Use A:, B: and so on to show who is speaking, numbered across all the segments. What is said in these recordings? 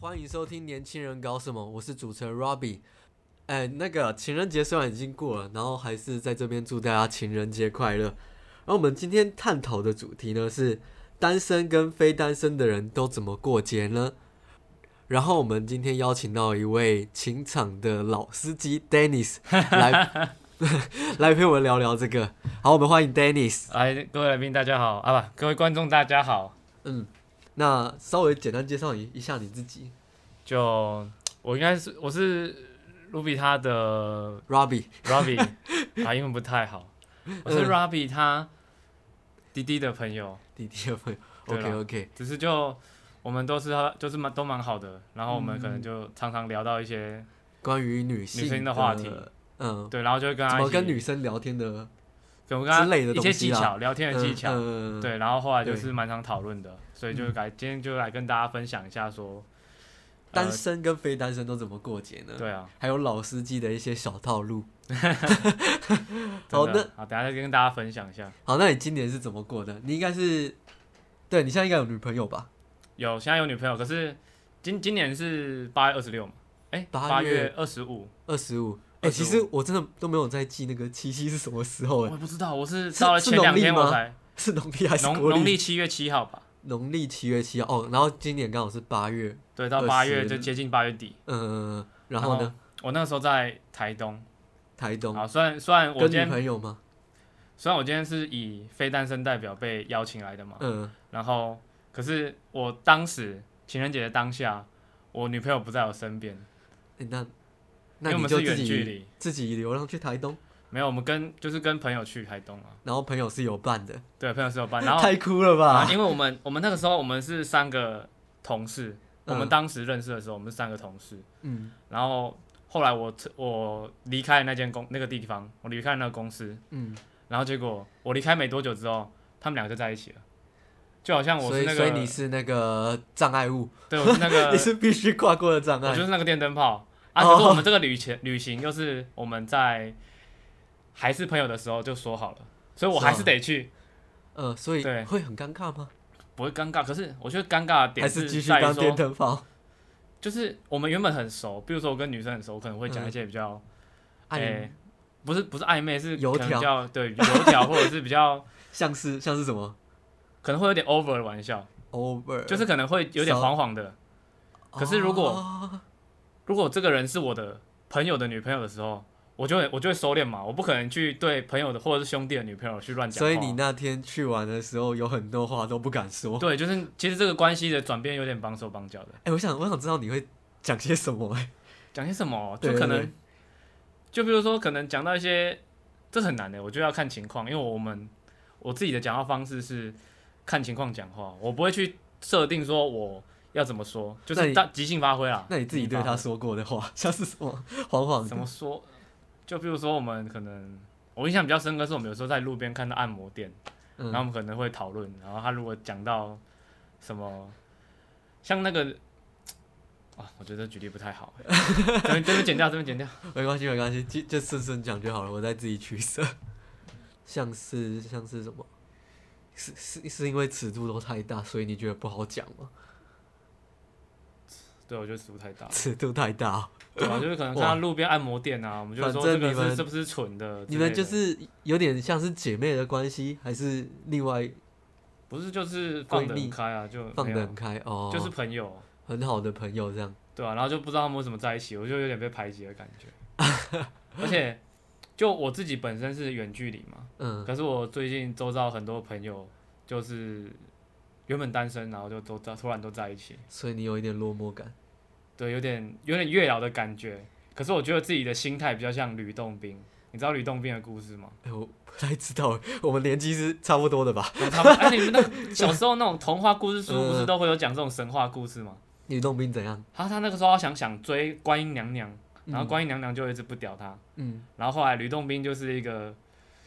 A: 欢迎收听《年轻人搞什么》，我是主持人 Robbie。哎，那个情人节虽然已经过了，然后还是在这边祝大家情人节快乐。然后我们今天探讨的主题呢是单身跟非单身的人都怎么过节呢？然后我们今天邀请到一位情场的老司机 Dennis 来 来陪我们聊聊这个。好，我们欢迎 Dennis。
B: 哎，各位来宾大家好啊，不，各位观众大家好。
A: 嗯，那稍微简单介绍一一下你自己
B: 就我应该是我是卢比他的
A: ，Robbie。
B: Robbie 啊，英文不太好，我是
A: 嗯
B: Robbie 他滴滴的朋友，
A: 弟弟的朋友。
B: 对
A: OK
B: 啦
A: OK，
B: 只是就我们都是就是蛮都蛮好的，然后我们可能就常常聊到一些
A: 关于女性
B: 女生的话题，
A: 嗯，
B: 对，然后就会跟
A: 怎
B: 他一
A: 么
B: 起
A: 跟女生聊天的
B: 怎么跟他
A: 之类的
B: 一
A: 东
B: 些
A: 西
B: 技
A: 啦
B: 巧聊天的技巧，
A: 嗯，嗯，
B: 对，呃然后后来就
A: 对
B: 是蛮常讨论的，所以就来今天就来跟大家分享一下说，呃
A: 单身跟非单身都怎么过节呢？
B: 对啊。
A: 还有老司机的一些小套 路。好，那
B: 真的啊好，等一下再跟大家分享一下。
A: 好，那你今年是怎么过的？你应该是，对你现在应该有女朋友吧？
B: 有现在有女朋友，可是今今年是八月二十六嘛？哎、
A: 8
B: 八
A: 月
B: 月二十五，
A: 二十五。哎，
B: 25
A: 其实我真的都没有在记那个七夕是什么时候，
B: 我
A: 哎，
B: 也不知道，我是
A: 是
B: 到了
A: 是
B: 前两
A: 农历
B: 天
A: 吗
B: 我才
A: 是农历还是
B: 农
A: 国
B: 农
A: 历？
B: 历七月七号吧？
A: 农历七月七号哦，然后今年刚好是八月，
B: 对，到
A: 20
B: 八月就接近八月底。
A: 嗯，然后呢，？
B: 我那时候在台东。
A: 台东
B: 好，虽然虽然我
A: 跟
B: 今
A: 女
B: 天
A: 朋友吗？
B: 虽然我今天是以非单身代表被邀请来的嘛，
A: 嗯，
B: 然后可是我当时情人节的当下，我女朋友不在我身边，
A: 欸那
B: 因
A: 那
B: 为我
A: 你
B: 们
A: 就是自
B: 远距
A: 己
B: 离，
A: 自己流浪去台东，
B: 没有我们跟就是跟朋友去台东啊，
A: 然后朋友是有伴的，
B: 对，朋友是有伴，然后
A: 太酷了吧
B: 啊，？因为我们我们那个时候我们是三个同事，我们当时认识的时候我们是三个同事，
A: 嗯
B: 然后后来我我离开那间公那个地方，我离开那个公司，
A: 嗯，
B: 然后结果我离开没多久之后，他们两个就在一起了，就好像我
A: 所
B: 是
A: 以
B: 那
A: 所以你
B: 个，
A: 是那个障碍物，
B: 对，我是那 个
A: 你，是必须跨过的障
B: 我就
A: 碍。
B: 是那个电灯泡啊。
A: 哦
B: 可是我们这个旅行旅行就是我们在还是朋友的时候就说好了，所以我
A: 哦
B: 还是得去，
A: 呃，所以
B: 对
A: 会很尴尬吗？
B: 不会尴尬。可是我觉得尴尬的
A: 还
B: 点
A: 是继续
B: 在于
A: 当
B: 说
A: 电。灯 泡？
B: 就是我们原本很熟，比如说我跟女生很熟，我可能会讲一些比较，哎、
A: 哎，
B: 不是不是暧昧，是
A: 油
B: 可能
A: 条
B: 比较对油 条，或者是比较
A: 像是像是什么
B: 可能会有点 over 的玩笑，
A: over？
B: 就是可能会有点
A: 骚
B: 晃晃的。可是如果
A: 哦
B: 如果这个人是我的朋友的女朋友的时候，我就会我就会收敛嘛，我不可能去对朋友的或者是兄弟的女朋友去乱讲
A: 所
B: 话。
A: 以你那天去玩的时候，有很多话都不敢说。
B: 对，就是其实这个关系的转变有点绑手绑脚的。
A: 哎，我想我想知道你会讲些什么？哎，
B: 讲些什么？
A: 对
B: 就可能，
A: 对
B: 就比如说，可能讲到一些，这很难欸的，我就要看情况，因为我们我自己的讲话方式是看情况讲话，我不会去设定说我要怎么说，就
A: 那你
B: 是大即兴发挥啦。
A: 那你自己对他说过的话，像是什么？ 晃晃的
B: 即兴发挥怎么说？就比如说，我们可能我印象比较深刻是，我们有时候在路边看到按摩店，
A: 嗯
B: 然后我们可能会讨论，然后他如果讲到什么，像那个。啊，我觉得举例不太好，这边这边剪掉，这边剪掉。
A: 没关系，没关系，就就顺顺讲就好了，我再自己取舍。 像是像是什么？是是是因为尺度都太大，所以你觉得不好讲吗？
B: 对，我觉得尺度太大了。
A: 尺度太大哦、
B: 对啊，就是可能看到路边按摩店啊，我们就说
A: 反
B: 这
A: 正
B: 个
A: 你们
B: 是是不是蠢哦的之类的？
A: 你们就是有点像是姐妹的关系，还是另外
B: 不是就是放得
A: 闺蜜
B: 很开啊，就
A: 放
B: 没
A: 得
B: 有
A: 很开哦？
B: 就是朋友，
A: 很好的朋友这样。
B: 对啊，然后就不知道他们为什么在一起，我就有点被排挤的感 觉。而且就我自己本身是远距离嘛，
A: 嗯，
B: 可是我最近周遭很多朋友就是原本单身，然后就都在突然都在一起，
A: 所以你有一点落寞感。
B: 对，有点有点月老的感觉。可是我觉得自己的心态比较像吕洞宾，你知道吕洞宾的故事吗？
A: 哎、我不太知道，我们年纪是差不多的吧？
B: 我 他们哎，你们那个小时候那种童话故事书
A: 嗯
B: 不是都会有讲这种神话故事吗？
A: 女洞兵怎样？
B: 他他那个时候想想追观音娘娘，然后
A: 嗯
B: 观音娘娘就一直不屌他，
A: 嗯，
B: 然后后来吕洞宾就是一个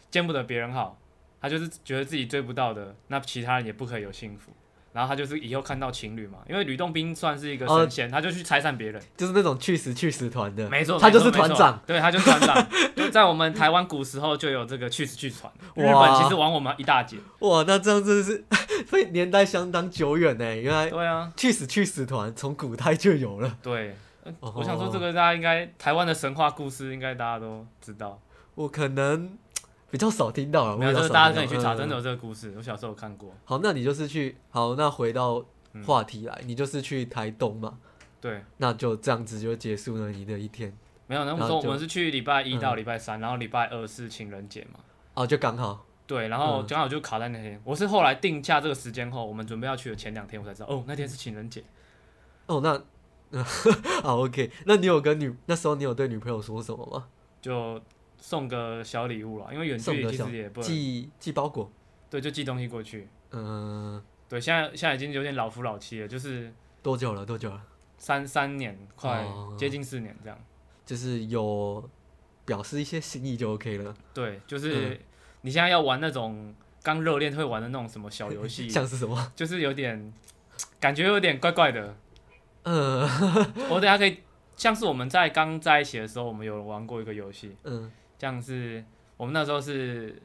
B: 见不得别人好，他就是觉得自己追不到的，那其他人也不可以有幸福，然后他就是以后看到情侣嘛，因为吕洞宾算是一个
A: 哦
B: 神仙，他就去拆散别人。
A: 就是那种去死去死团的，
B: 没错，
A: 他
B: 没错
A: 就是团，
B: 没
A: 长，
B: 错对，他就是团长。 就在我们台湾古时候就有这个去死去团，日
A: 哇
B: 本其实晚我们一大截。
A: 哇，那这样真的是， 所以年代相当久远呢。原来
B: 对啊，
A: 去死去死团从古代就有了，
B: 对，呃
A: 哦
B: 我想说这个大家应该台湾的神话故事应该大家都知道，
A: 我可能比较少听到了，啊
B: 没有，
A: 哦我
B: 这
A: 比较少
B: 个大家
A: 听到
B: 可以去查，真的。
A: 嗯
B: 有这个故事，我小时候有看过。
A: 好，那你就是去，好，那回到
B: 嗯
A: 话题来，你就是去台东嘛，
B: 对，
A: 那就这样子就结束了你的一天，
B: 没有，那
A: 然
B: 我
A: 后
B: 们说我
A: 就
B: 们是去礼拜一
A: 嗯
B: 到礼拜三，然后礼拜二是情人节嘛。
A: 哦，就刚好，
B: 对，然
A: 嗯
B: 后刚好就卡在那天。我是后来定下这个时间后，我们准备要去的前两天，我才知道哦，那天是情人节。
A: 哦，那， 好，OK，那你有跟女那时候你有对女朋友说什么吗？
B: 就送个小礼物了，因为远距
A: 送
B: 离
A: 个
B: 其
A: 小
B: 实也不能，
A: 寄寄包裹，
B: 对，就寄东西过去。
A: 嗯，
B: 对，现在现在已经有点老夫老妻了，就是
A: 多久了？多久了？
B: 三三年，快
A: 哦
B: 接近四年这样。
A: 就是有表示一些心意就 OK 了，
B: 对，就是你现在要玩那种刚热恋会玩的那种什么小哦 游戏，
A: 像是什么？
B: 就是有点感觉有点怪怪的。
A: 嗯
B: 我等下可以，像是我们在刚在一起的时候，我们有玩过一个游戏，
A: 嗯
B: 像是我们那时候是，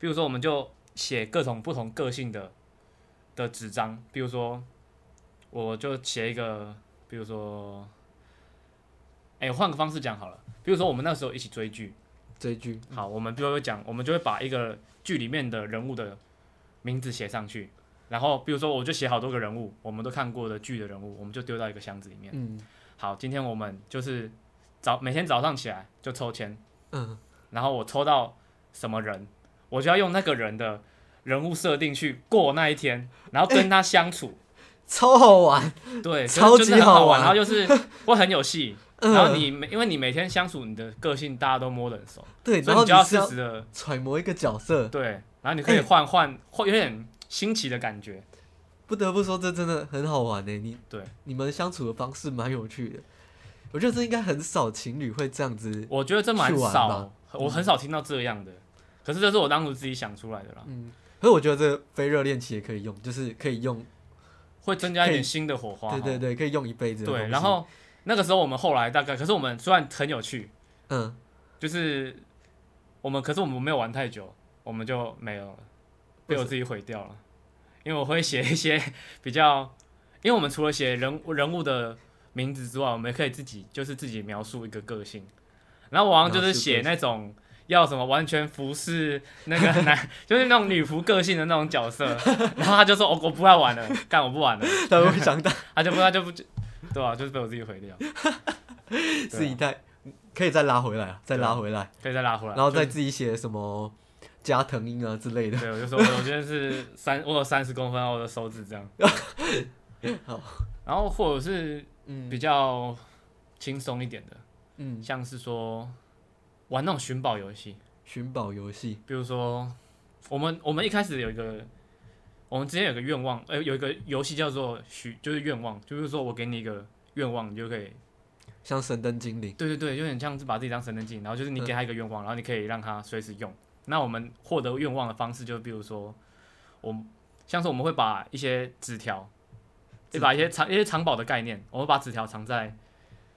B: 比如说我们就写各种不同个性的的纸张，比如说我就写一个，比如说，哎、换个方式讲好了，比如说我们那时候一起追剧，
A: 追剧，
B: 好，我们就会讲，我们就会把一个剧里面的人物的名字写上去，然后比如说我就写好多个人物，我们都看过的剧的人物，我们就丢到一个箱子里面。
A: 嗯
B: 好，今天我们就是早每天早上起来就抽签，
A: 嗯，
B: 然后我抽到什么人，我就要用那个人的人物设定去过那一天，然后跟他相处。
A: 超好玩，
B: 对，
A: 哎超级
B: 就是很好
A: 好玩
B: 然后就是会很有戏。
A: 嗯
B: 然后你每因为你每天相处，你的个性大家都摸得很熟，
A: 对，
B: 所
A: 然
B: 以
A: 后
B: 你
A: 你
B: 就要
A: 是
B: 适
A: 要
B: 时的
A: 揣摩一个角 色，
B: 对，然后你可以
A: 哎
B: 换换，会有点新奇的感觉。
A: 不得不说这真的很好玩呢、欸你
B: 对
A: 你们相处的方式蛮有趣的，我觉得这应该很少情侣会这样子，
B: 我觉得这蛮
A: 去玩吧嗯
B: 少，我很少听到这样的。可是这是我当初自己想出来的啦，
A: 嗯可是我觉得这个非热恋期也可以用，就是可以用，
B: 会增加一
A: 可以
B: 点新的火花哈。
A: 对对对，可以用一辈子的东
B: 对，
A: 西
B: 然后那个时候我们后来大概，可是我们虽然很有趣，
A: 嗯，
B: 就是我们可是我们没有玩太久，我们就没有了，被我自己毁掉了。因为我会写一些比较，因为我们除了写人物人物的名字之外，我们也可以自己就是自己描述一个个性。然后我好像就是写那种要什么完全服侍那个男，就是那种女仆个性的那种角色。 然后他就说：“哦我我不要玩了，干我不玩了。
A: 他会长大”
B: 他就不他就不对啊，就是被我自己毁掉。啊
A: 自己带，嗯可以再拉回来，啊再拉回来，
B: 可以再拉回来，
A: 然后
B: 啊就
A: 再自己写什么加藤鹰啊之类 的，
B: 对，我就说，我觉得是三，我有三十公分，啊我的手指这样。
A: 好，
B: 然后或者是
A: 嗯
B: 比较轻松一点的，
A: 嗯，
B: 像是说玩那种寻宝游戏，
A: 寻宝游戏，
B: 比如说我们我们一开始有一个，我们之前有个愿望，呃，有一个游戏叫做许，就是愿望，就是说我给你一个愿望，你就可以，
A: 像神灯精灵，
B: 对对对，有点像是把自己当神灯镜，然后就是你给他一个愿望，然后你可以让他随时用。那我们获得愿望的方式，就比如说，我们像是我们会把一些纸条，
A: 纸
B: 就把一些藏一些藏宝的概念，我们把纸条藏在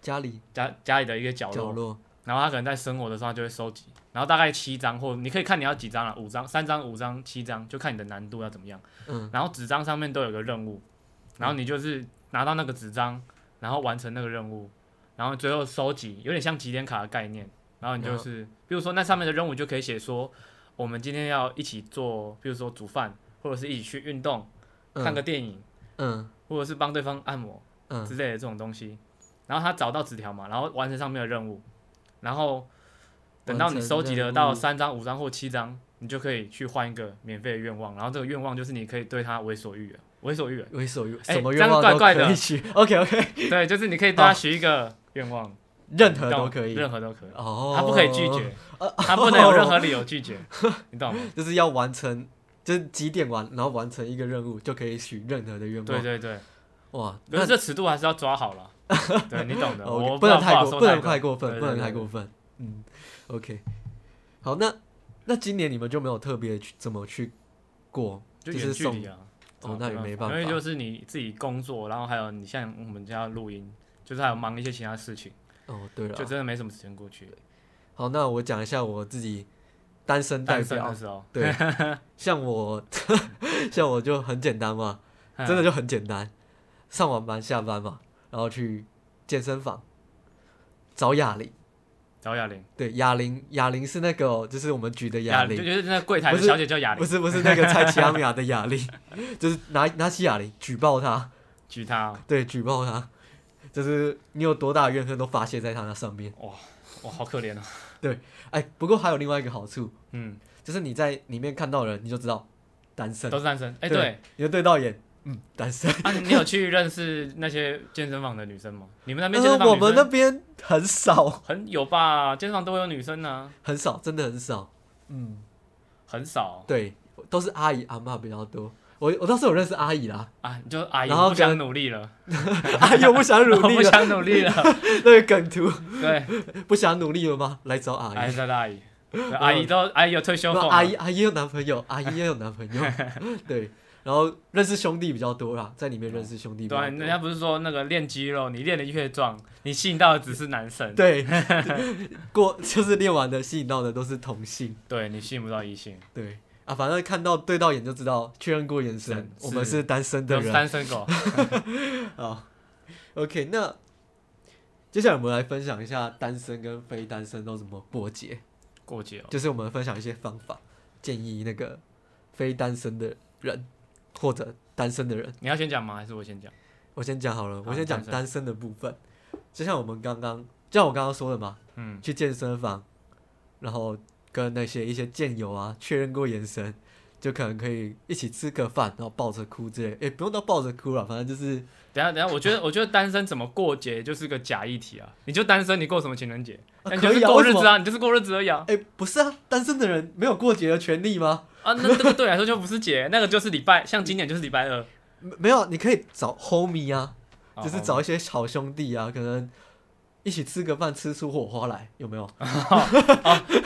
A: 家里
B: 家家里的一个角
A: 角
B: 落，
A: 落，
B: 然后他可能在生活的时候他就会收集，然后大概七张或你可以看你要几张了，五张、三张、五张、七张，就看你的难度要怎么样。
A: 嗯，
B: 然后纸张上面都有个任务，然后你就是拿到那个纸张，然后完成那个任务，然后最后收集，有点像几点卡的概念。然后你就是，
A: 嗯
B: 比如说那上面的任务，你就可以写说，我们今天要一起做，比如说煮饭，或者是一起去运动、
A: 嗯
B: 看个电影，
A: 嗯
B: 或者是帮对方按摩
A: 嗯
B: 之类的这种东西。然后他找到纸条嘛，然后完成上面的任务，然后等到你收集
A: 完成任
B: 了
A: 务
B: 到三张、五张或七张，你就可以去换一个免费的愿望。然后这个愿望就是你可以对他为所欲为，为所欲为。
A: 为所欲
B: 哎
A: 什么
B: 这
A: 愿
B: 样
A: 望
B: 怪
A: 都
B: 怪
A: 可以
B: 的
A: 许，OK OK，
B: 对，就是你可以对
A: 好
B: 他许一个愿望，
A: 任何
B: 你懂
A: 都
B: 吗
A: 可以，
B: 任何都可以，
A: 哦，
B: 他不可以拒绝，他不能有任何理由拒绝， 你懂吗？
A: 就是要完成，就是几点完，然后完成一个任务就可以许任何的愿望。
B: 对对对，
A: 哇，
B: 可
A: 那
B: 是这尺度还是要抓好了，对你 懂的，
A: 哦
B: 我
A: 不能太
B: 好
A: 过，
B: 说
A: 不能
B: 多
A: 太过分，
B: 对
A: 不
B: 对
A: 能
B: 对
A: 太过分。嗯，OK，好，那那今年你们就没有特别去怎么去过，
B: 就
A: 就是
B: 远距
A: 送
B: 离啊，
A: 哦，那也没办
B: 因为就
A: 法。
B: 是你自己工作，然后还有你像我们家录音，就是还有忙一些其他事情，
A: 哦，对
B: 就
A: 了，
B: 真的没什么时间过去。
A: 好，那我讲一下我自己单身代
B: 单身
A: 表
B: 的。时候，
A: 对，像我， 像我就很简单嘛，真的
B: 嗯
A: 就很简单，上完班下班嘛，然后去健身房找哑铃。
B: 找哑铃，
A: 对，哑铃，哑铃是那个哦、就是我们举的哑
B: 铃就
A: 铃，
B: 就是那柜台
A: 不
B: 的
A: 是
B: 小姐叫哑
A: 不
B: 铃，
A: 是不是那个蔡奇阿米亚的哑 铃，就是拿拿起哑铃举报他，
B: 举她哦，
A: 对，举报他，就是你有多大的怨恨都发泄在他那上面。
B: 哇，好可怜哦。
A: 哎，不过还有另外一个好处，
B: 嗯，
A: 就是你在里面看到人，你就知道单身，
B: 都是单身。哎，
A: 对
B: 对
A: 你就对到眼，嗯，单身。
B: 啊，你有去认识那些健身房的女生吗？你们那边健
A: 呃
B: 身房
A: 我
B: 女
A: 们那
B: 生
A: 边很少，
B: 很有吧？健身房都会有女生啊，
A: 很少，真的很少。嗯，
B: 很少
A: 对，都是阿姨阿嬷比较多。我我倒是有认识阿姨 啦，
B: 啊。你就阿姨
A: 然后
B: 不想努力了，
A: 阿姨我不想努
B: 我
A: 力
B: 不
A: 了，
B: 想努力了。
A: 那个梗图
B: 对，
A: 不想努力了吗？来找 阿
B: 还
A: 姨。
B: 是大阿姨，对阿姨都阿姨有退休啊
A: 那
B: 后，
A: 阿姨阿姨有男朋友，阿姨也有男朋 友，对。然后认识兄弟比较多啦，在里面认识兄弟比
B: 对啊，
A: 较
B: 人
A: 多。
B: 家不是说那个练肌肉，你练的越壮，你吸引到的只是男生，
A: 对， 过就是练完的吸引到的都是同性，
B: 对你吸引不到异性，
A: 对啊，反正看到对到眼就知道，确认过眼神，
B: 是
A: 我们是单身的
B: 都是
A: 人。
B: 单身狗。
A: 好，OK，那接下来我们来分享一下单身跟非单身都怎么过节，
B: 过节哦，
A: 就是我们分享一些方法，建议那个非单身的人或者单身的人。
B: 你要先讲吗？还是我先讲？
A: 我先讲好了，
B: 好
A: 我先讲
B: 单身
A: 单身的部分，就像我们刚刚，就像我刚刚说的嘛，
B: 嗯，
A: 去健身房，然后跟那些一些健友啊确认过眼神，就可能可以一起吃个饭，然后抱着哭之类，也不用到抱着哭了，反正就是
B: 等一下等一啊下，我觉得我觉得单身怎么过节就是个假议题啊！你就单身，你过什么情人节？
A: 啊
B: 那你
A: 可
B: 就是
A: 以啊，
B: 过
A: 为什
B: 日
A: 么
B: 子啊，你就是过日子而已啊！
A: 哎、不是啊，单身的人没有过节的权利吗？
B: 啊，那这个对我来说就不是节，那个就是礼拜，像今年就是礼拜二，
A: 没没有啊，你可以找 homie 啊，
B: 哦
A: 就是找一些好兄弟啊，可能一起吃个饭，吃出火花来，有没有？
B: 啊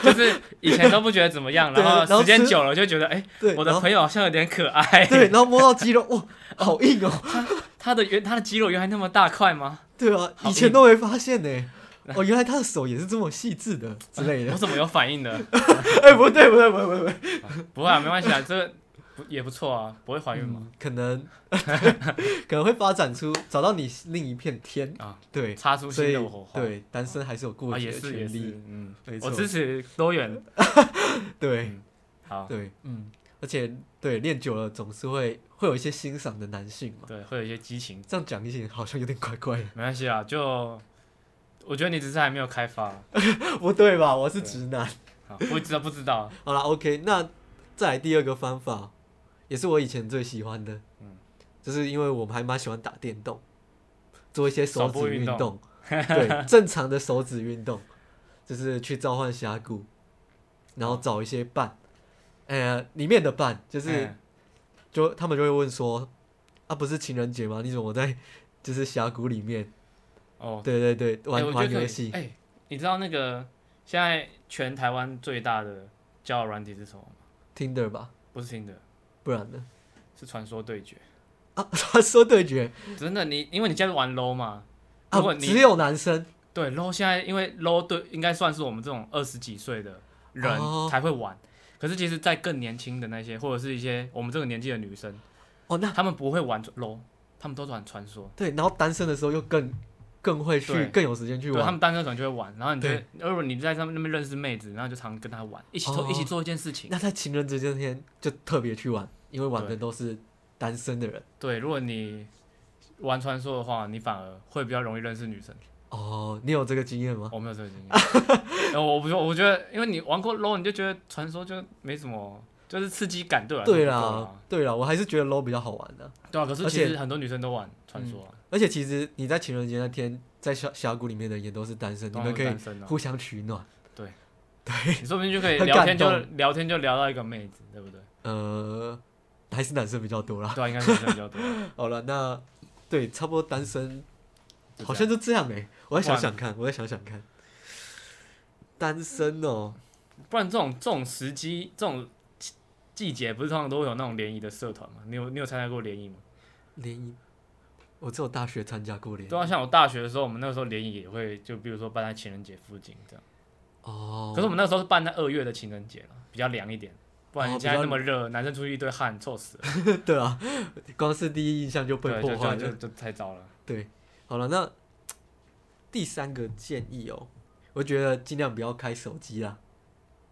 B: 就是以前都不觉得怎么 样，
A: 对啊
B: 然
A: 然后
B: 后时间
A: 吃
B: 久了就觉得，哎，
A: 对，
B: 我
A: 然
B: 的
A: 后
B: 朋友好像有点可爱，
A: 对，然后摸到肌肉，哇，好硬哦！
B: 他的原他的肌肉原来那么大块吗？
A: 对啊，
B: 好
A: 以前都没发现呢、 哦，原来他的手也是这么细致的之类
B: 我
A: 的。嗯
B: 怎么有反应的？
A: 哎、不对，不对，不对，不对，不对，
B: 不会啊，没关系啊，这个不也不错啊，不会怀孕嘛。
A: 嗯可能 可能会发展出找到你另一片天
B: 啊，
A: 对，
B: 擦出
A: 所
B: 新
A: 以
B: 的火花。
A: 对单身还是有过
B: 啊，
A: 节
B: 也
A: 的
B: 是也
A: 权
B: 是
A: 利，，
B: 嗯
A: 没，错
B: 我支持多元。
A: 对。
B: 好，
A: 对，嗯，而且对练久了总是会会有一些欣赏的男性嘛。
B: 对，会有一些激情，
A: 这样讲一些好像有点怪怪的，
B: 没关系啊，就我觉得你只是还没有开发，
A: 不对吧？我是直男。
B: 好，不知道不知道，
A: 好啦 o、k 那再来第二个方法，也是我以前最喜欢的，
B: 嗯
A: 就是因为我们还蛮喜欢打电动，做一些手
B: 手部
A: 指
B: 运
A: 运
B: 动
A: 动，对，正常的手指运动，就是去召唤峡谷，然后找一些伴，呃，里面的伴就是。
B: 嗯
A: 就他们就会问说，啊，不是情人节吗？你怎么在就是峡谷里面？
B: 哦，
A: 对对对，玩、
B: 哎我觉得
A: 玩
B: 可以
A: 游戏，
B: 哎，你知道那个现在全台湾最大的交友软体是什么吗？
A: Tinder 吧，
B: 不是听的，
A: 不然呢？
B: 是传说对决。
A: 啊，他说对决
B: 真的，你因为你现在玩 low 嘛，如
A: 啊
B: 果，你
A: 只有男生
B: 对 low 现在因为 low 对应该算是我们这种二十几岁的人
A: 哦
B: 才会玩，可是其实，在更年轻的那些，或者是一些我们这个年纪的女生，
A: 哦，那
B: 她们不会玩 low，她们都玩传说，
A: 对，然后单身的时候又更更会去
B: 对
A: 更有时间去
B: 对，她
A: 玩，
B: 们单身可能就会玩，然后你就会，如果你在上面那边认识妹子，然后就常跟她玩，一起做、
A: 哦
B: 一起做一件事情。
A: 那在情人节这天就特别去玩，因为玩的
B: 对
A: 都是单身的人
B: 对，如果你玩传说的话，你反而会比较容易认识女生。
A: 哦。你有这个经验吗？
B: 我没有这个经验，然后我不，我觉得，因为你玩过 low，你就觉得传说就没什么，就是刺激感对我来说
A: 对
B: 不够啊
A: 啦，对啦，我还是觉得 low 比较好玩的、
B: 对啊，可是
A: 而
B: 其
A: 且
B: 实很多女生都玩传说、啊，
A: 而且其实你在情人节那天在峡峡谷里面的也都是单嗯身，你
B: 都
A: 们可以
B: 单身啊，
A: 互相取暖。
B: 你说不定就可以
A: 很
B: 聊
A: 感
B: 天就
A: 动
B: 聊天就聊到一个妹子，对不对？
A: 呃，还是男生比较多啦。
B: 对啊，应该是女生 比较多。
A: 好了，那对，差不多单身
B: 就这样
A: 好像就这样哎、我再想想看，我再想想看，单身哦、哦
B: 不然这种这种时机，这种季节不是通常都会有那种联谊的社团吗？你有你有参加过联谊吗？
A: 联谊，我只有大学参加过联谊
B: 对啊，像我大学的时候，我们那个时候联谊也会，就比如说办在情人节附近这样。
A: 哦
B: 可是，我们那时候是办在二月的情人节了，比较凉一点，不然
A: 哦
B: 现
A: 比
B: 在
A: 较
B: 那么热，男生出去一堆汗，臭死了。
A: 对啊，光是第一印象就被
B: 对，啊
A: 破
B: 就
A: 坏
B: 就
A: 了
B: 就。就太糟了。
A: 对，好了，那第三个建议哦，我觉得尽量不要开手机啦。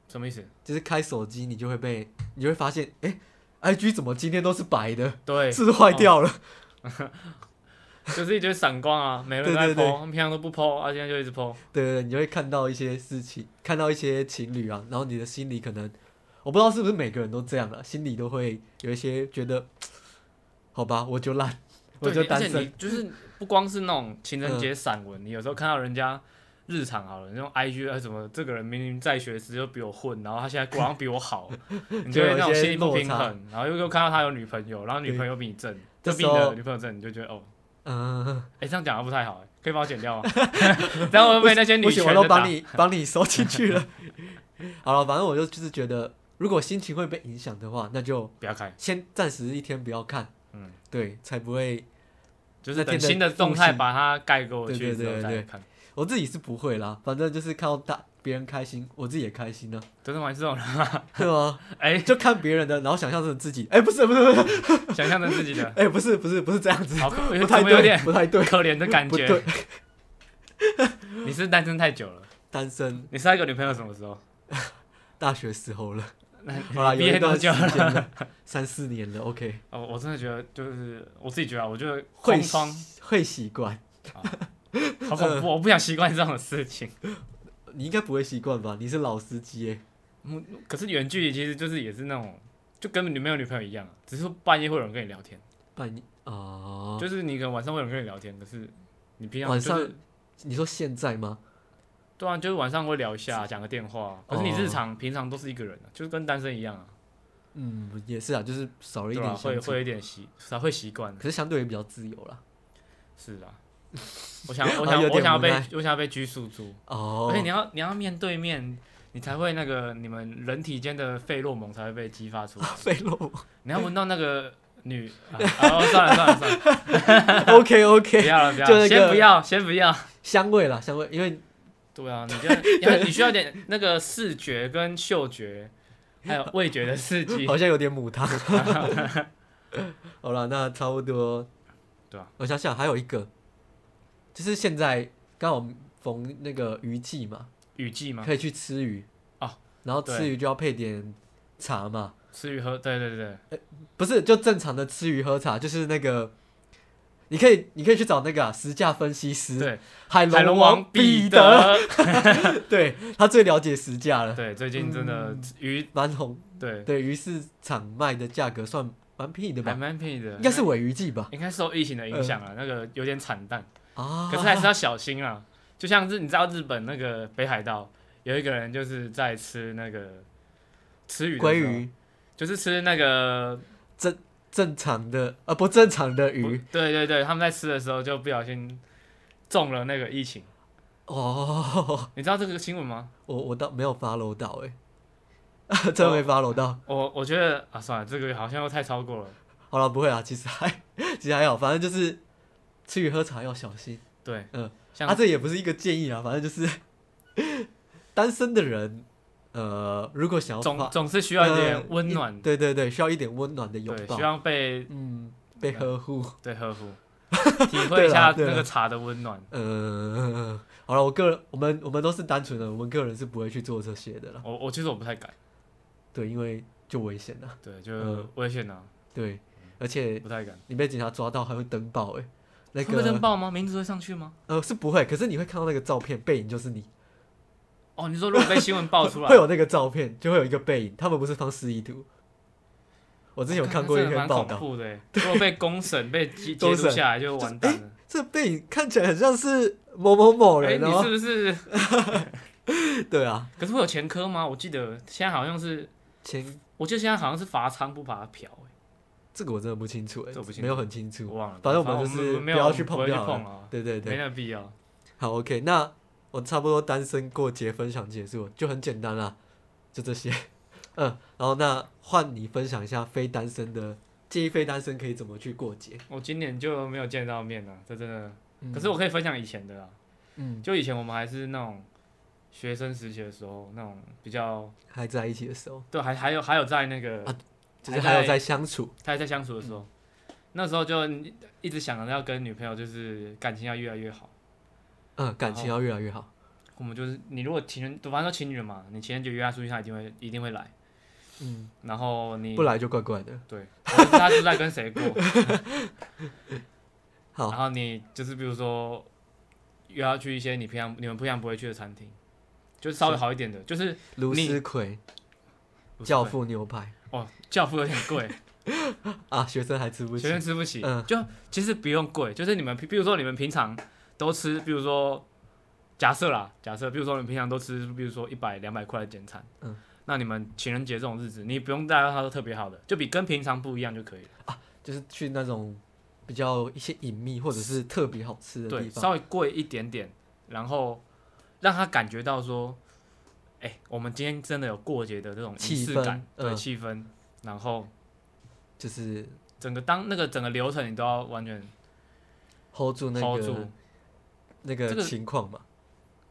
B: 什么意思？
A: 就是开手机，你就会被，你就会发现，哎、i g 怎么今天都是白的？
B: 对，
A: 是不是坏掉了？
B: 就是一堆闪光啊，每个人都在
A: 对对对
B: PO，他们平常都不 PO，啊，现在就一直 PO。
A: 对对对，你就会看到一些事情，看到一些情侣啊，然后你的心里可能，我不知道是不是每个人都这样了，心里都会有一些觉得，好吧，我就烂，我
B: 对，
A: 就
B: 你而
A: 单
B: 且
A: 身嗯
B: 你。就是不光是那种情人节散文，你有时候看到人家日常好了，那种 IG 啊什么，这个人明明在学时就比我混，然后他现在果然比 我好，你就会那种心里不平衡，然后又又看到他有女朋友，然后女朋友比你正，
A: 这
B: 就
A: 时
B: 比
A: 候
B: 你的女朋友正，你就觉得哦，
A: 嗯，
B: 哎、这样讲的不太好、哎可以帮我剪掉吗？ 然后我被那些女
A: 不行，我
B: 权
A: 都
B: 的打
A: 帮。你帮你收进去了。好了，反正我就就是觉得，如果心情会被影响的话，那就
B: 不要开，
A: 先暂时一天不要看，
B: 嗯，
A: 对，才不会。
B: 就是
A: 那天
B: 等
A: 的
B: 新的动
A: 复
B: 态
A: 习
B: 把它盖过
A: 对
B: 去
A: 对
B: 之后
A: 对
B: 再
A: 对
B: 来看。
A: 我自己是不会啦，反正就是看到大别人开心，我自己也开心呢、啊
B: 真的吗？你这种人，
A: 对吗？
B: 哎、
A: 就看别人的，然后想象成自己，哎、不是不是不是，
B: 想象成自己的，
A: 哎、不是不是不是这样子，
B: 好，可
A: 不太
B: 哦怎么有点
A: 对，不太对，
B: 可怜的感
A: 不
B: 觉。
A: 对，
B: 你是单身太久了，
A: 单身
B: 你上一个女朋友什么时候？
A: 大学时候了，
B: 那
A: 好啦，
B: 毕
A: 有一
B: 业多
A: 段时
B: 久了？
A: 间了， 三四年了，OK，
B: 哦，我真的觉得就是我自己觉得啊，我觉得
A: 会
B: 空窗
A: 会习惯，
B: 好恐
A: 呃
B: 怖，我不想习惯这种事情。
A: 你应该不会习惯吧？你是老司机耶，
B: 可是远距离其实就是也是那种，就跟你没有女朋友一样啊，只是半夜会有人跟你聊天，
A: 半夜啊，
B: 就是你可能晚上会有人跟你聊天，可是你平常
A: 晚
B: 就
A: 上
B: 是
A: 你说现在吗？
B: 对啊，就是晚上会聊一下，讲个电话。
A: 哦
B: 可是你日常平常都是一个人啊，就是跟单身一样啊，
A: 嗯，也是啊，就是少了一
B: 对
A: 点
B: 吧？
A: 相
B: 会
A: 处，
B: 会有一点习，才会习惯。啊
A: 可是相对也比较自由啦。
B: 是 啊，我想我
A: 啊
B: 想
A: 有点
B: 我想要被
A: 无奈
B: 我想要被拘束住。
A: 哦
B: 而且，你要你要面对面，你才会那个你们人体间的费洛蒙才会被激发出来。
A: 费洛
B: 你要闻到那个女，啊、哦算了算了算了，
A: ，OK
B: 不
A: OK，
B: 要了不要
A: 就那个
B: 了，先不要先不要。
A: 香味啦，香味，因为
B: 对啊，你这要你需要点那个视觉跟嗅觉，还有味觉的刺激。
A: 好像有点母汤。好了，那差不多。
B: 对啊，
A: 我想想，还有一个，就是现在刚好逢那个鱼季嘛，
B: 雨季嘛，
A: 可以去吃鱼
B: 嗯哦。
A: 然后
B: 对
A: 吃鱼就要配点茶嘛，
B: 吃鱼喝，对对对，
A: 不是就正常的吃鱼喝茶，就是那个，你可以你可以去找那个啊实价分析师
B: 对
A: 海
B: 海龙王
A: 彼
B: 彼，得，
A: 对他最了解实价了，
B: 对，最近真的
A: 嗯
B: 鱼
A: 蛮红，
B: 对
A: 对鱼市场卖的价格算蛮便宜的
B: 还
A: 吧，
B: 蛮便宜的，
A: 应该是尾鱼季吧，嗯
B: 应该受疫情的影响啊，那个有点惨淡。
A: 啊，
B: 可是还是要小心啊。就像是你知道日本那个北海道有一个人就是在吃那个吃鱼的时
A: 鲑，
B: 候
A: 鱼，
B: 就是吃那个
A: 正常的呃不正常的
B: 不
A: 鱼
B: 对对对，他们在吃的时候就不小心中了那个疫情。
A: 哦，
B: 你知道这个新闻吗？
A: 我我倒没有 follow 到哎、欸， 真没 follow 到。
B: 我我觉得啊，算了，这个好像又太超过了。
A: 好了，不会啊，其实还其实还好，反正就是吃鱼喝茶要小心。
B: 对，
A: 嗯，
B: 像、
A: 啊，这也不是一个建议啊，反正就是 单身的人，呃，如果想要
B: 总
A: 发
B: 总是需要一
A: 呃
B: 点温暖，
A: 对对对，需要一点温暖的拥
B: 对，
A: 抱
B: 需，要被
A: 嗯，被呵护。
B: 对 呵护，体会一下
A: 对啦
B: 那个茶的温暖。
A: 呃，好了，我个人，我们我们都是单纯的，我们个人是不会去做这些的了。
B: 我我其实我不太敢，
A: 对，因为就危险了。
B: 对，
A: 嗯
B: 就危险啊，
A: 对，而且
B: 不太敢。
A: 你被警察抓到还会登报哎、那
B: 会被登
A: 个
B: 报吗？名字会上去吗？
A: 呃是不会，可是你会看到那个照片，背影就是你，
B: 哦，你说如果被新闻爆出 来，
A: 会有那个照片，就会有一个背影，他们不是放示意图。我
B: 我
A: 之前
B: 哦
A: 有看过一篇报道，
B: 恐怖的欸。如果被公审被截
A: 公
B: 截
A: 审
B: 图下 来，就完蛋了。
A: 这背影看起来很像是某某某
B: 哎，
A: 人
B: 你
A: 哦、
B: 是不是？
A: 对啊，
B: 可是会有前科吗？我记得现在好像是，
A: 前
B: 我记得现在好像是罚仓不罚嫖欸，
A: 这个我真的不清楚哎、
B: 这我不清楚
A: 没有很清楚，
B: 我忘了。
A: 反正我
B: 我
A: 们就是
B: 没
A: 不要
B: 有
A: 去碰
B: 不会
A: 就
B: 去
A: 好了
B: 碰啊，
A: 对对
B: 没
A: 对，
B: 那必要。
A: 好 OK，那我差不多单身过节分享结束了，就很简单啦，就这些。嗯，然后那换你分享一下非单身的建议，非单身可以怎么去过节？
B: 我今年就没有见到面了，这真的。
A: 嗯
B: 可是我可以分享以前的啦，
A: 嗯，
B: 就以前我们还是那种学生时期的时候，那种比较
A: 还在一起的时候，
B: 对，还还有还有在那个
A: 啊就是还有
B: 在
A: 在相处，
B: 他还在相处的时候，
A: 嗯
B: 那时候就一直想着要跟女朋友就是感情要越来越好。
A: 嗯，感情要越来越好。
B: 我们就是你如果情人，反正都情侣嘛，你情人节约他出去，他一定会一定会来。
A: 嗯，
B: 然后你
A: 不来就怪怪的。
B: 对，我不知道他是在跟谁过。
A: 好，
B: 然后你就是比如说约他去一些你平常你们平常不会去的餐厅，就是稍微好一点的，就是
A: 卢思奎教父牛排
B: 哦，教父有点贵，
A: 啊，学生还吃不
B: 学
A: 起
B: 生。吃不起，
A: 嗯
B: 就其实不用贵，就是你们比比如说你们平常都吃，比如说假设啦，假设比如说你们平常都吃，比如说一百两百块的简餐，
A: 嗯，
B: 那你们情人节这种日子，你不用带到它都特别好的，就比跟平常不一样就可以了，
A: 就是去那种比较一些隐秘或者是特别好吃的
B: 对，
A: 地方。
B: 稍微贵一点点，然后让他感觉到说，哎、我们今天真的有过节的这种仪
A: 气
B: 式
A: 氛
B: 感，对
A: 嗯
B: 气氛，然后
A: 就是
B: 整个当那个整个流程你都要完全
A: hold 住那
B: hold 住。
A: 个那
B: 这
A: 个
B: 个
A: 情况嘛。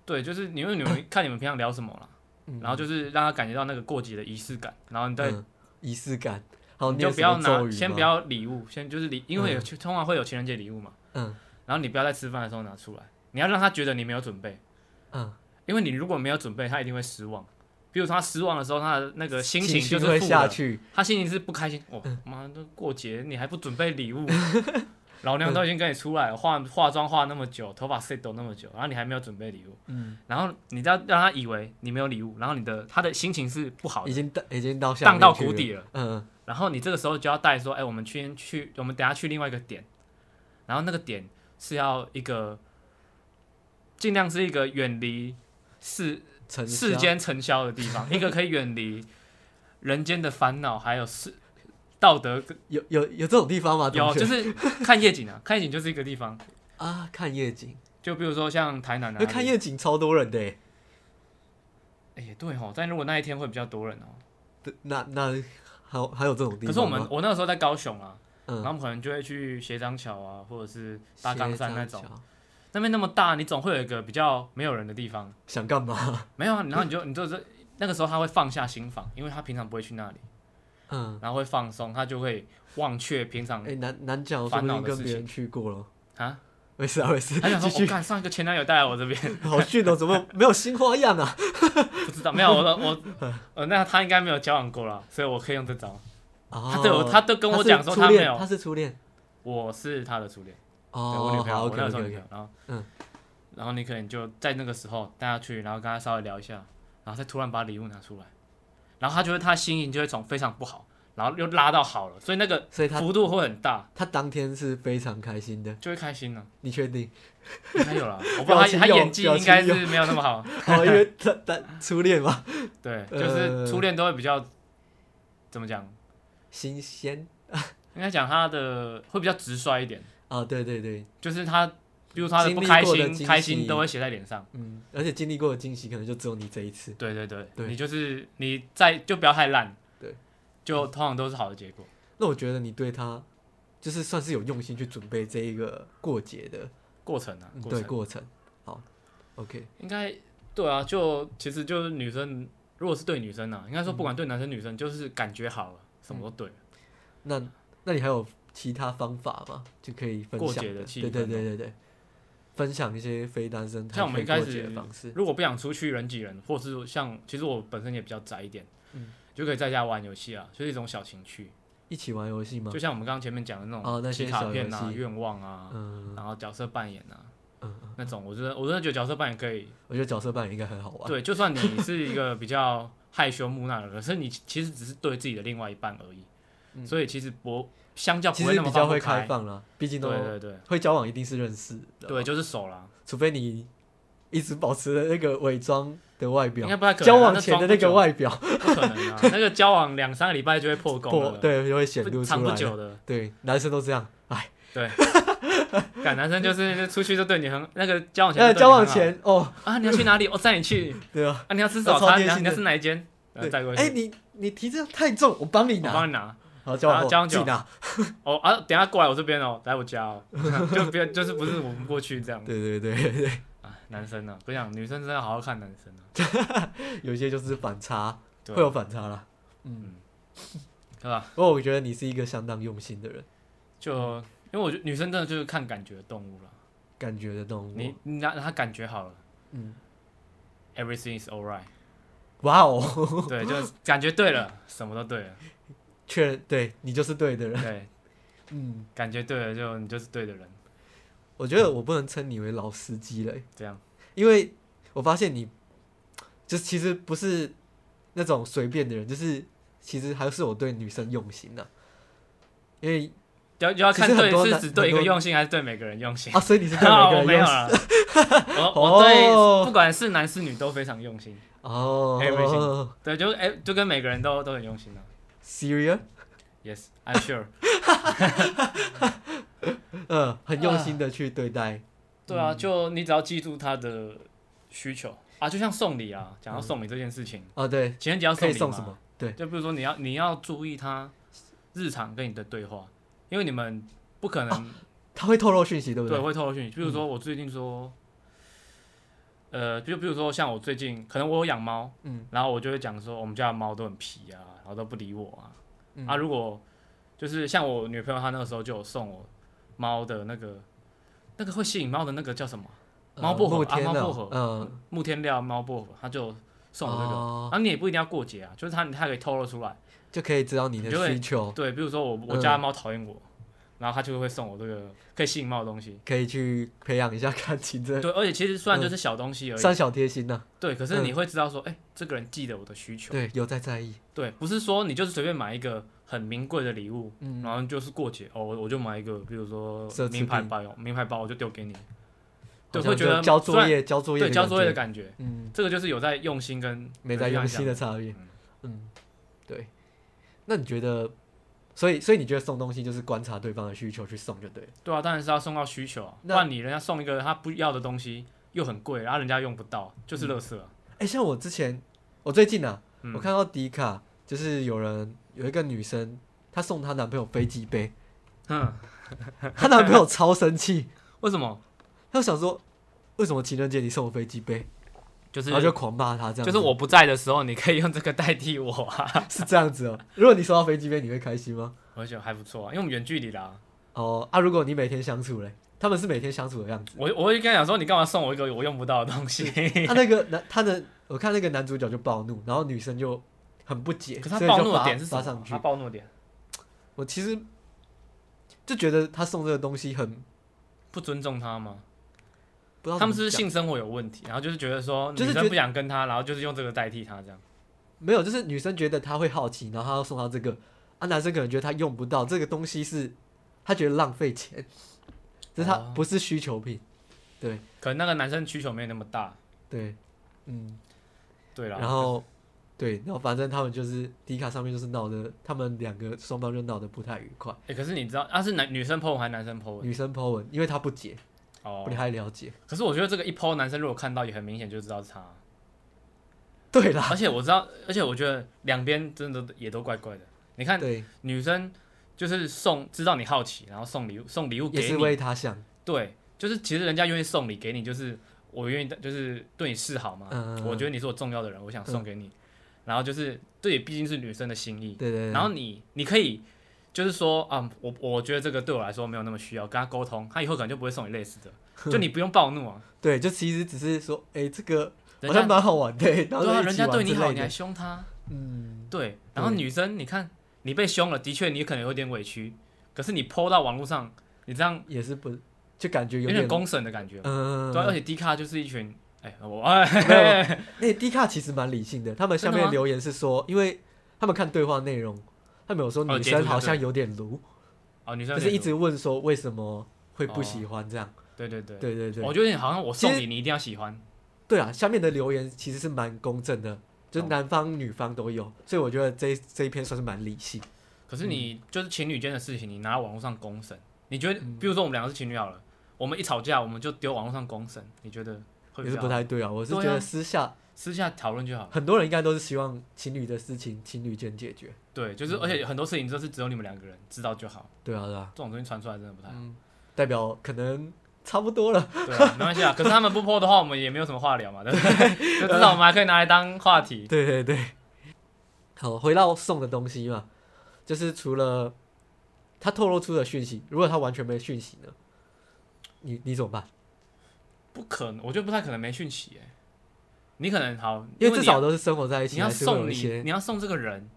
B: 对，就是你为 你们看你们平常聊什么啦，
A: 嗯
B: 然后就是让他感觉到那个过节的仪式感，然后你再、
A: 嗯仪式感。好，
B: 你
A: 有什
B: 就不要
A: 么咒
B: 拿，
A: 语
B: 先
A: 吗
B: 不。要礼物，先就是礼，因为有、通常会有情人节礼物嘛，
A: 嗯
B: 然后你不要在吃饭的时候拿出来，你要让他觉得你没有准备，
A: 嗯，
B: 因为你如果没有准备，他一定会失望。比如说他失望的时候，他的那个心情
A: 绪
B: 就是
A: 会
B: 负
A: 下
B: 的，
A: 去。
B: 他心情是不开心。哦，妈，都过节你还不准备礼物， 老娘都已经跟你出来了，化化妆化那么久，头发 set 都那么久，然后你还没有准备礼物，
A: 嗯，
B: 然后你要让他以为你没有礼物，然后你的他的心情是不好
A: 已
B: 的，
A: 经到已经到下
B: 荡到
A: 面去
B: 谷底了。
A: 嗯。嗯，
B: 然后你这个时候就要带说，哎、我们去去，我们等下去另外一个点，然后那个点是要一个尽量是一个远离世
A: 成
B: 世间尘嚣的地方，一个可以远离人间的烦恼，还有是道德
A: 有有有这种地方吗？同
B: 有
A: 学
B: 就是看夜景啊，看夜景就是一个地方，
A: 啊，看夜景，
B: 就比如说像台南啊
A: 那，看夜景超多人的耶，
B: 哎、也对哦，但如果那一天会比较多人哦，
A: 对那那还有还有这种地方吗？
B: 可是我们我那个时候在高雄啊，然后
A: 嗯，
B: 我们可能就会去斜张桥啊，或者是大冈山那种
A: 斜，张桥
B: 那边那么大，你总会有一个比较没有人的地方。
A: 想干嘛？
B: 没有啊，然后你就你就是那个时候他会放下心房，因为他平常不会去那里，
A: 嗯，
B: 然后会放松，他就会忘却平常
A: 哎，南南角说
B: 烦
A: 不
B: 恼
A: 定
B: 的
A: 跟
B: 事
A: 别人去过了，
B: 啊，
A: 没事啊没事
B: 他想，
A: 继
B: 说，我、
A: 续，
B: 看上一个前男友带来我这边，
A: 好逊哦，怎么没有新花样啊？
B: 不知道没有我我呃，那他应该没有交往过了，所以我可以用这招。
A: 啊
B: 他对我，他都跟我
A: 是
B: 讲说
A: 初
B: 他没
A: 恋
B: 有，
A: 他是初恋
B: 我是他的初恋，对我女
A: 哦，
B: 朋友，
A: 好
B: 我
A: ，OK
B: 那个时候女
A: OK
B: 朋
A: OK，
B: 友，然后
A: 嗯
B: 然后你可能就在那个时候带他去，然后跟他稍微聊一下，然后再突然把礼物拿出来，然后他就会他心情就会从非常不好，然后又拉到好了，所以那个
A: 所以他
B: 幅度会很大，
A: 他当天是非常开心的，
B: 就会开心了、
A: 你确 定？
B: 应该有了，我不知道他
A: 表情
B: 他
A: 有
B: 演技
A: 表
B: 应该
A: 情有
B: 是没有那么好，
A: 哦，因为他他初恋嘛，
B: 对，
A: 呃
B: 就是初恋都会比较怎么讲，
A: 新鲜
B: 应该讲他的会比较直率一点，
A: 啊，对对对，
B: 就是他，比如说他的
A: 经
B: 不
A: 历
B: 开
A: 过的惊
B: 心、
A: 喜
B: 开心都会写在脸上。
A: 嗯，而且经历过的惊喜可能就只有你这一次，
B: 对对对，
A: 对
B: 你就是你在就不要太烂，
A: 对，
B: 就通常都是好的结果。
A: 那我觉得你对他就是算是有用心去准备这一个过节的
B: 过程啊，
A: 嗯
B: 过
A: 对
B: 程
A: 过程。好，OK，
B: 应该对啊，就其实就是女生，如果是对女生啊，应该说不
A: 嗯
B: 管对男生女生，就是感觉好了，什么都对了。
A: 那那你还有其他方法吗？就可以分
B: 过
A: 享
B: 节的气
A: 对对
B: 氛
A: 对对对，分享一些非单身
B: 像我
A: 台
B: 们
A: 非
B: 一开
A: 过节
B: 始
A: 的方式。
B: 如果不想出去人挤人，或是像其实我本身也比较宅一点，
A: 嗯
B: 就可以在家玩游戏啊，就是一种小情趣。
A: 一起玩游戏吗
B: 就？像我们刚刚前面讲的那
A: 嗯哦那
B: 种
A: 些
B: 集卡
A: 小游
B: 片啊、
A: 戏
B: 愿望啊，
A: 嗯
B: 然后角色扮演啊
A: 嗯，
B: 那种，我觉得我真的觉得角色扮演可以。
A: 我觉得角色扮演应该很好玩。
B: 对，就算你是一个比较害羞木讷的人，可是你其实只是对自己的另外一半而已，
A: 嗯
B: 所以其实不相较
A: 其
B: 不会
A: 实
B: 那么
A: 比较
B: 放不
A: 会开
B: 开。
A: 放哦啦，毕竟
B: 对
A: 都
B: 对对
A: 会交往，一定是认识的，
B: 对，，就是熟啦，
A: 除非你一直保持那个伪装的外
B: 应
A: 表，
B: 该不太可能啊。
A: 交往前的那
B: 那
A: 个
B: 外
A: 外表，
B: 不可 能啊，那个交往两三个礼拜就会破功
A: 不
B: 了，
A: 对，就会显
B: 不
A: 露
B: 长
A: 出
B: 不
A: 来了。
B: 久的。
A: 对，男生都这样。哎
B: 感男生就是出去就对你很那个交往前
A: 那
B: 就对你
A: 交往
B: 很好
A: 前哦，
B: 啊，你要去哪里？我载你去
A: 对啊，
B: 啊，你要吃
A: 那
B: 早
A: 超
B: 餐，
A: 贴
B: 你要
A: 心
B: 你要
A: 的
B: 吃哪一间？然后带呃过去。
A: 哎、你你提这个太重，我帮你
B: 我
A: 拿。
B: 帮你拿。
A: 好，交
B: 啊
A: 我
B: 交往
A: 自己
B: 酒
A: 拿。
B: 哦啊，等一下过来我这边哦，来我家哦， 就不要就是不是我们过去这样。
A: 对对对对，
B: 啊，男生啊，不想女生真的好好看男生啊，
A: 有些就是反差，
B: 对啊
A: 会有反差啦。
B: 对吧？
A: 不过我觉得你是一个相当用心的人，
B: 就因为我觉得女生真的就是看感觉的动物啦，
A: 感觉的动物。
B: 你你拿拿她感觉好了，
A: 哦嗯
B: ，everything is alright，
A: 哇哦，
B: 对，就是感觉对了，什么都对了，
A: 确认对你就是对的人。
B: 对，
A: 嗯，
B: 感觉对了就你就是对的人，
A: 我觉得我不能称你为老司机了，
B: 这样
A: 因为我发现你就是其实不是那种随便的人，就是其实还是我对女生用心的、因为
B: 要要看
A: 其实很
B: 对
A: 多
B: 是
A: 男
B: 只对一个
A: 很多
B: 用心还是对每个人用心。
A: 啊，所以你是对
B: 啊，
A: 每
B: 我
A: 个
B: 没
A: 人
B: 有
A: 用 心
B: 啦，我我对
A: 哦
B: 不管是男是女都非常用心，
A: 哦。
B: 没有微信对，就哎、就跟每个人都都很用心啊。
A: Serious，
B: Yes，I'm sure。
A: 嗯，很用心的去对待，
B: 对啊，就你只要记住他的需求啊，就像送礼啊，讲到送礼这件事情，
A: 哦，对，
B: 情人节要
A: 可
B: 送
A: 以
B: 礼
A: 送
B: 嘛
A: 什么？？对，
B: 就比如说你要你要注意他日常跟你的对话，因为你们不可能、
A: 他会透露讯息，对不嗯
B: 对
A: 对？
B: 会透露讯息。比如说我最近说，呃，就比如说像我最近可能我有养猫，
A: 嗯，
B: 然后我就会讲说我们家的猫都很皮啊，然后都不理我啊。
A: 嗯
B: 啊，如果就是像我女朋友她那个时候就有送我猫的那个那个会吸引猫的那个叫什么
A: 呃
B: 猫薄荷
A: 露
B: 啊
A: 天
B: 猫
A: 的
B: 薄荷
A: 嗯，
B: 木天料猫薄荷，她就送我这个。
A: 哦
B: 啊，你也不一定要过节啊，就是他，他可以透露出来。
A: 就可以知道你的
B: 你就会
A: 需求，
B: 对，比如说我
A: 嗯
B: 我家的猫讨厌我，然后他就会送我这个可以吸引猫的东西。
A: 可以去培养一下感情，这
B: 对，而且其实虽
A: 嗯
B: 然就是小东西而已，
A: 算小贴心呐。
B: 对，可
A: 嗯
B: 是你会知道说，哎、这个人记得我的需求。
A: 对，有在在意，
B: 对，不是说你就是随便买一个很名贵的礼物，
A: 嗯，
B: 然后就是过节哦，我我就买一个，比如说
A: 奢侈品
B: 名牌包，名牌包我就丢给你。对，
A: 好像
B: 会觉得
A: 就交
B: 虽
A: 作
B: 然
A: 业，交作业，
B: 对交作业的，感觉，
A: 嗯，
B: 这个就是有在用心跟
A: 没在用 心的差别，
B: 嗯
A: 嗯，对。那你觉得，所以所以你觉得送东西就是观察对方的需求去送就对了，
B: 对啊，当然是要送到需求啊，不
A: 那
B: 然你人家送一个他不要的东西又很贵，啊然后人家用不到，就是垃圾啊。
A: 哎，像我之前，我最近啊，
B: 嗯
A: 我看到迪卡就是有人有一个女生，她送她男朋友飞机杯，
B: 嗯，
A: 她男朋友超生气，
B: 为什么？
A: 她就想说为什么情人节你送我飞机杯，
B: 就是
A: 然后就狂骂她这样子，
B: 就是我不在的时候，你可以用这个代替我啊。
A: 是这样子哦。如果你收到飞机杯，你会开心吗？
B: 我觉得还不错啊，因为我们远距离啦。
A: 哦啊，如果你每天相处嘞，他们是每天相处的 样子。
B: 我我会跟他讲说，你干嘛送我一个我用不到的东西？
A: 他那个男，他的我看那个男主角就暴怒，然后女生就很不解，
B: 可是他
A: 所以
B: 暴
A: 就
B: 怒的
A: 发
B: 点是什
A: 发
B: 么
A: 上？去
B: 他。暴怒的点
A: 我其实就觉得他送这个东西很
B: 不尊重他吗？
A: 不知道
B: 他
A: 怎
B: 们
A: 么
B: 是不是
A: 讲
B: 性生活有问题，然后就是觉得说
A: 就是觉
B: 女生
A: 得
B: 不想跟他，然后就是用这个代替他这样。
A: 没有，就是女生觉得他会好奇，然后他要送他这个，啊，男生可能觉得他用不到这个东西是，他觉得浪费钱，就是他
B: 哦
A: 不是需求品，
B: 可能那个男生需求没那么大，
A: 对，嗯，
B: 对啦。
A: 然后对，然后反正他们就是迪卡上面就是闹得，他们两个双方就闹得不太愉快，
B: 哎、可是你知道，啊是男女生 PO 文还是男生 PO 文？
A: 女生 Po 文，因为她不解，
B: 哦
A: 不，太了解，
B: 可是我觉得这个一 PO 男生如果看到，也很明显就知道是他。
A: 对啊啦，
B: 而且我知道，而且我觉得两边真的也都怪怪的。你看
A: 对，
B: 女生就是送，知道你好奇，然后送礼物，送礼物
A: 也
B: 给
A: 是
B: 你。
A: 为他想，
B: 对，就是其实人家愿意送礼给你，就是我愿意的，就是对你示好嘛。
A: 嗯
B: 我觉得你是我重要的人，我想送给你。然后就是，这也毕竟是女生的心意。
A: 对对对，
B: 然后你，你可以就是说啊，我我觉得这个对我来说没有那么需要，跟他沟通，他以后可能就不会送你类似的。就你不用暴怒 啊，
A: 对，就其实只是说，哎，这个
B: 人
A: 好
B: 家
A: 像蛮好玩的，然后
B: 对啊，
A: 就一
B: 人
A: 起
B: 家
A: 玩
B: 对你
A: 之
B: 好，
A: 类
B: 你
A: 的
B: 还凶他，
A: 嗯，
B: 对。然后
A: 对
B: 女生，你看你被凶了，的确你可能有点委屈，可是你泼到网络上，你这样
A: 也是不，就感觉
B: 有
A: 有
B: 点
A: 点，
B: 公审的感觉。
A: 嗯，
B: 对啊，而且低卡就是一群，哎，我哎，
A: 那、欸、D 卡其实蛮理性的，他们下
B: 真的
A: 面
B: 吗
A: 留言是说，因因为他们看对话内容，他们有说
B: 哦
A: 女
B: 截图
A: 生
B: 就
A: 好
B: 对
A: 像有点鲁，
B: 哦，女生
A: 就
B: 有
A: 是
B: 点
A: 一直问说为什么会不喜欢这样。
B: 对哦对对，
A: 对对
B: 我
A: 对，
B: 觉得好像我送
A: 其
B: 你，你一定要喜欢。
A: 对啊，下面的留言其实是蛮公正的，就是
B: 哦
A: 男方女方都有，所以我觉得这这一篇算是蛮理性。
B: 可
A: 嗯
B: 是你就是情侣间的事情，你拿网络上公审，你觉得，
A: 嗯
B: 比如说我们两个是情侣好了，我们一吵架，我们就丢网络上公审，你觉得
A: 也
B: 会比
A: 是
B: 较
A: 不
B: 好？
A: 太对啊。我是
B: 对
A: 觉
B: 啊
A: 得私下
B: 私下讨论就好。
A: 很多人应该都是希望情侣的事情情侣间解决，
B: 对，就是而且很多事情就是只有你们两个人知道就好，
A: 对啊对啊，
B: 这种东西传出来真的不太好。
A: 嗯，代表可能差不多了，
B: 对啊，没关系啊。可是他们不播的话，我们也没有什么话聊嘛，对不对？ 就至少我们还可以拿来当话题。
A: 对对对。好，回到送的东西嘛，就是除了他透露出的讯息，如果他完全没讯息呢，你你怎么办？
B: 不可能，我觉得不太可能没讯息哎。你可能好，
A: 因为
B: 为
A: 至
B: 你
A: 少都是生活在一起，
B: 你要
A: 还是会有
B: 送
A: 一
B: 你
A: 些
B: 你要送这个人，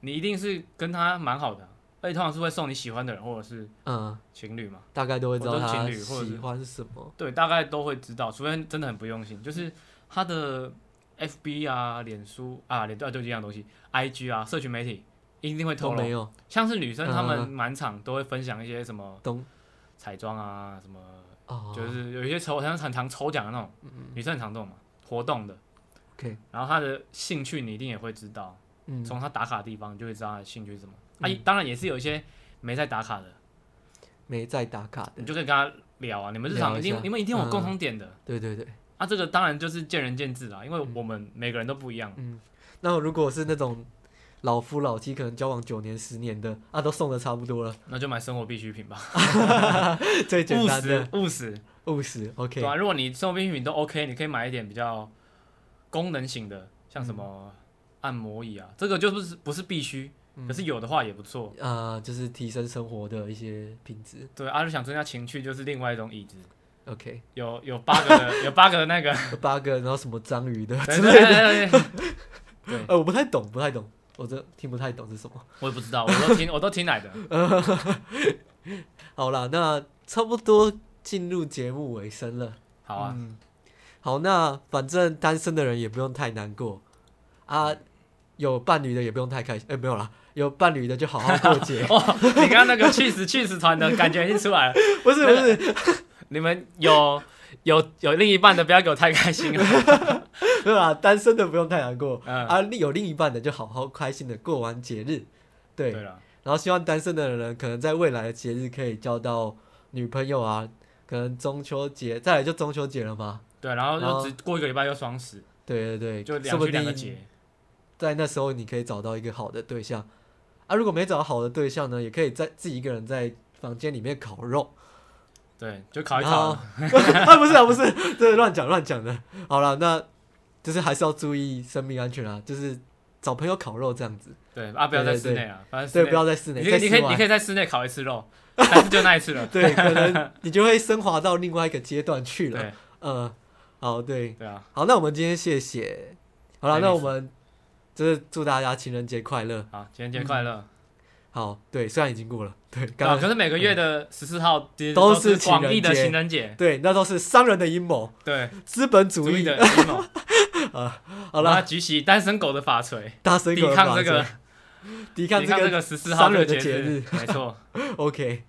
B: 你一定是跟他蛮好的啊，而且通常是会送你喜欢的人或者是
A: 嗯，
B: 情侣嘛。
A: 大概都会知道
B: 或者是
A: 他
B: 情侣或者是
A: 喜欢什么。
B: 对，大概都会知道，除非真的很不用心，就是他的 FB 啊、脸书啊、脸啊就这样东西，IG 啊、社群媒体一定会
A: 都
B: 透
A: 没
B: 露。
A: 有
B: 像是女生，她
A: 嗯嗯
B: 们满场都会分享一些什么
A: 懂
B: 彩妆啊，什么
A: 哦，
B: 就是有一些抽，像很常抽奖的那种，女生很常这种嘛，活动的。
A: OK
B: 然后她的兴趣你一定也会知道，
A: 嗯，
B: 从她打卡的地方你就会知道她的兴趣是什么。啊，当然也是有一些没在打卡的，
A: 没在打卡的
B: 你，就可以跟她聊啊，你们日常
A: 聊
B: 一
A: 一
B: 定
A: 下
B: 你们一定有
A: 嗯
B: 共同点的。
A: 对对对。
B: 啊，这个当然就是见仁见智啦，因
A: 嗯
B: 为我们每个人都不一样。
A: 那如果是那种老夫老妻，可能交往九年、十年的啊，都送的差不多了，
B: 那就买生活必需品吧，
A: 最简
B: 务
A: 单
B: 实
A: 的
B: 务实，
A: 务实。OK，
B: 对啊，如果你生活必需品都 OK，你可以买一点比较功能型的，像什么
A: 嗯
B: 按摩椅啊，这个就不是不是必须，可是有的话也不错。
A: 啊，就是提升生活的一些品质。
B: 对，啊，就想增加情趣，就是另外一种椅子，
A: OK，
B: 有有八个 的，有八个的那个，
A: 有八个，然后什么章鱼的
B: 对
A: 之
B: 对
A: 类的，
B: 对对对
A: 呃，我不太懂，不太懂，我真听不太懂是什么。
B: 我也不知道，我都听 我都听来的。
A: 好啦，那差不多进入节目尾声了。
B: 好 啊，
A: 好，那反正单身的人也不用太难过啊，有伴侣的也不用太开心。哎、没有啦，有伴侣的就好好过 节。
B: 哦，你刚刚那个 cheese cheese 团的感觉已经出来了，
A: 不是不是，
B: 你们有有有另一半的，不要给我太开心 了。
A: 没有啦，单身的不用太难过、
B: 嗯，
A: 啊，另有另一半的就好好开心的过完节日。对，
B: 对了，
A: 然后希望单身的人可能在未来的节日可以交到女朋友啊，可能中秋节再来就中秋节了嘛。
B: 对，然后
A: 然后
B: 又只过一个礼拜又双十，
A: 对对对，
B: 就
A: 哦说
B: 两
A: 不
B: 去两个
A: 定
B: 节。
A: 在那时候你可以找到一个好的对象啊。如果没找到好的对象呢，也可以在自己一个人在房间里面烤肉。
B: 对，就考一
A: 然
B: 考
A: 后。 啊，不是啊，不是，这乱讲乱讲的。好了，那就是还是要注意生命安全啊，就是找朋友烤肉这样子，
B: 对啊，不要在
A: 对对
B: 室内啊，反正室
A: 对，
B: 内
A: 不要在室内，
B: 你
A: 在
B: 可以你可
A: 室
B: 以你可
A: 外。
B: 以在室内烤一次肉，但是就那一次 了。
A: 对，可能你就会升华到另外一个阶段去了。
B: 对
A: 嗯，好，对，
B: 对啊，
A: 好，那我们今天谢谢。好了，
B: 没
A: 那
B: 意
A: 我
B: 思
A: 们就是祝大家情人节快乐。
B: 好，情人节快乐。
A: 好，对，虽然已经过了，对，
B: 对
A: 嗯刚
B: 啊，
A: 刚
B: 可是每个月的十四号其实
A: 都
B: 是
A: 是情人
B: 广义的
A: 节
B: 情人节，
A: 对，那都是商人的阴谋，
B: 对，
A: 资本 主
B: 主义
A: 义。
B: 的 emo。
A: 好
B: 我们要
A: 了，
B: 举起单身狗的法锤，
A: 大声
B: 抵
A: 给我
B: 抗
A: 把
B: 这个，
A: 抵抗
B: 抵抗
A: 这
B: 这
A: 个
B: 个十四号这个
A: 商
B: 节
A: 人的，
B: 没错，
A: OK。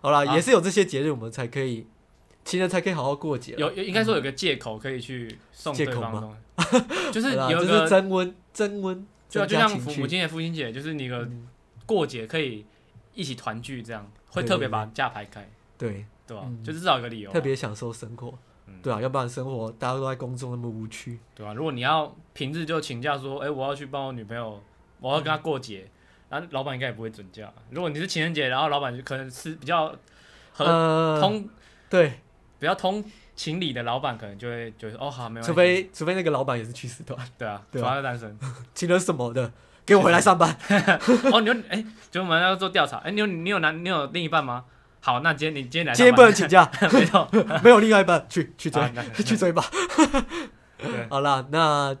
A: 好了，
B: 好
A: 也是有这些节日，我们才可以情人才可以好好过节啦。
B: 有有应该说有个借口可以去送对
A: 借口
B: 方的东 西，就
A: 好
B: 是
A: 啦
B: 有一
A: 这是
B: 个，
A: 增温增温，
B: 就啊
A: 增
B: 就
A: 加
B: 像
A: 情
B: 父母
A: 趣。
B: 亲节、父亲节，就是你的
A: 嗯
B: 过节可以一起团聚，这样会
A: 对
B: 特别
A: 对
B: 把假排开，
A: 对，
B: 对吧
A: 嗯？
B: 就至少有个理由啊，
A: 特别享受生活
B: 嗯。
A: 对啊，要不然生活大家都在工作那么无趣。
B: 对吧？如果你要平日就请假说，哎，我要去帮我女朋友，我要跟她过节，
A: 嗯
B: 然后老板应该也不会准假。如果你是情人节，然后老板就可能是比较和
A: 呃，
B: 通
A: 对，
B: 比较通情理的老板，可能就会觉得哦好，没问题。
A: 除非除非那个老板也是去死团，
B: 对啊，
A: 对
B: 对
A: 啊
B: 啊，单身。
A: 情人什么的，给我回来上班。
B: 哦，你有哎、就我们要做调查，哎、你有你有男你有另一半吗？好，那今天你今天来
A: 今天
B: 上
A: 不
B: 班，
A: 能请假，
B: 没错，
A: 没有另外一半，去去追
B: 啊那
A: 去追吧。
B: 对
A: 好啦，那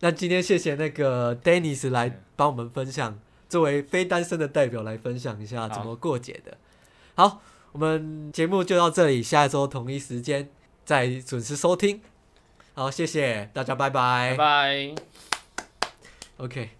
A: 那今天谢谢那个 Dennis 来帮我们分享，作为非单身的代表来分享一下怎么过节的。好，我们节目就到这里，下周同一时间再准时收听。好，谢谢大家，拜拜。
B: 拜拜。
A: OK。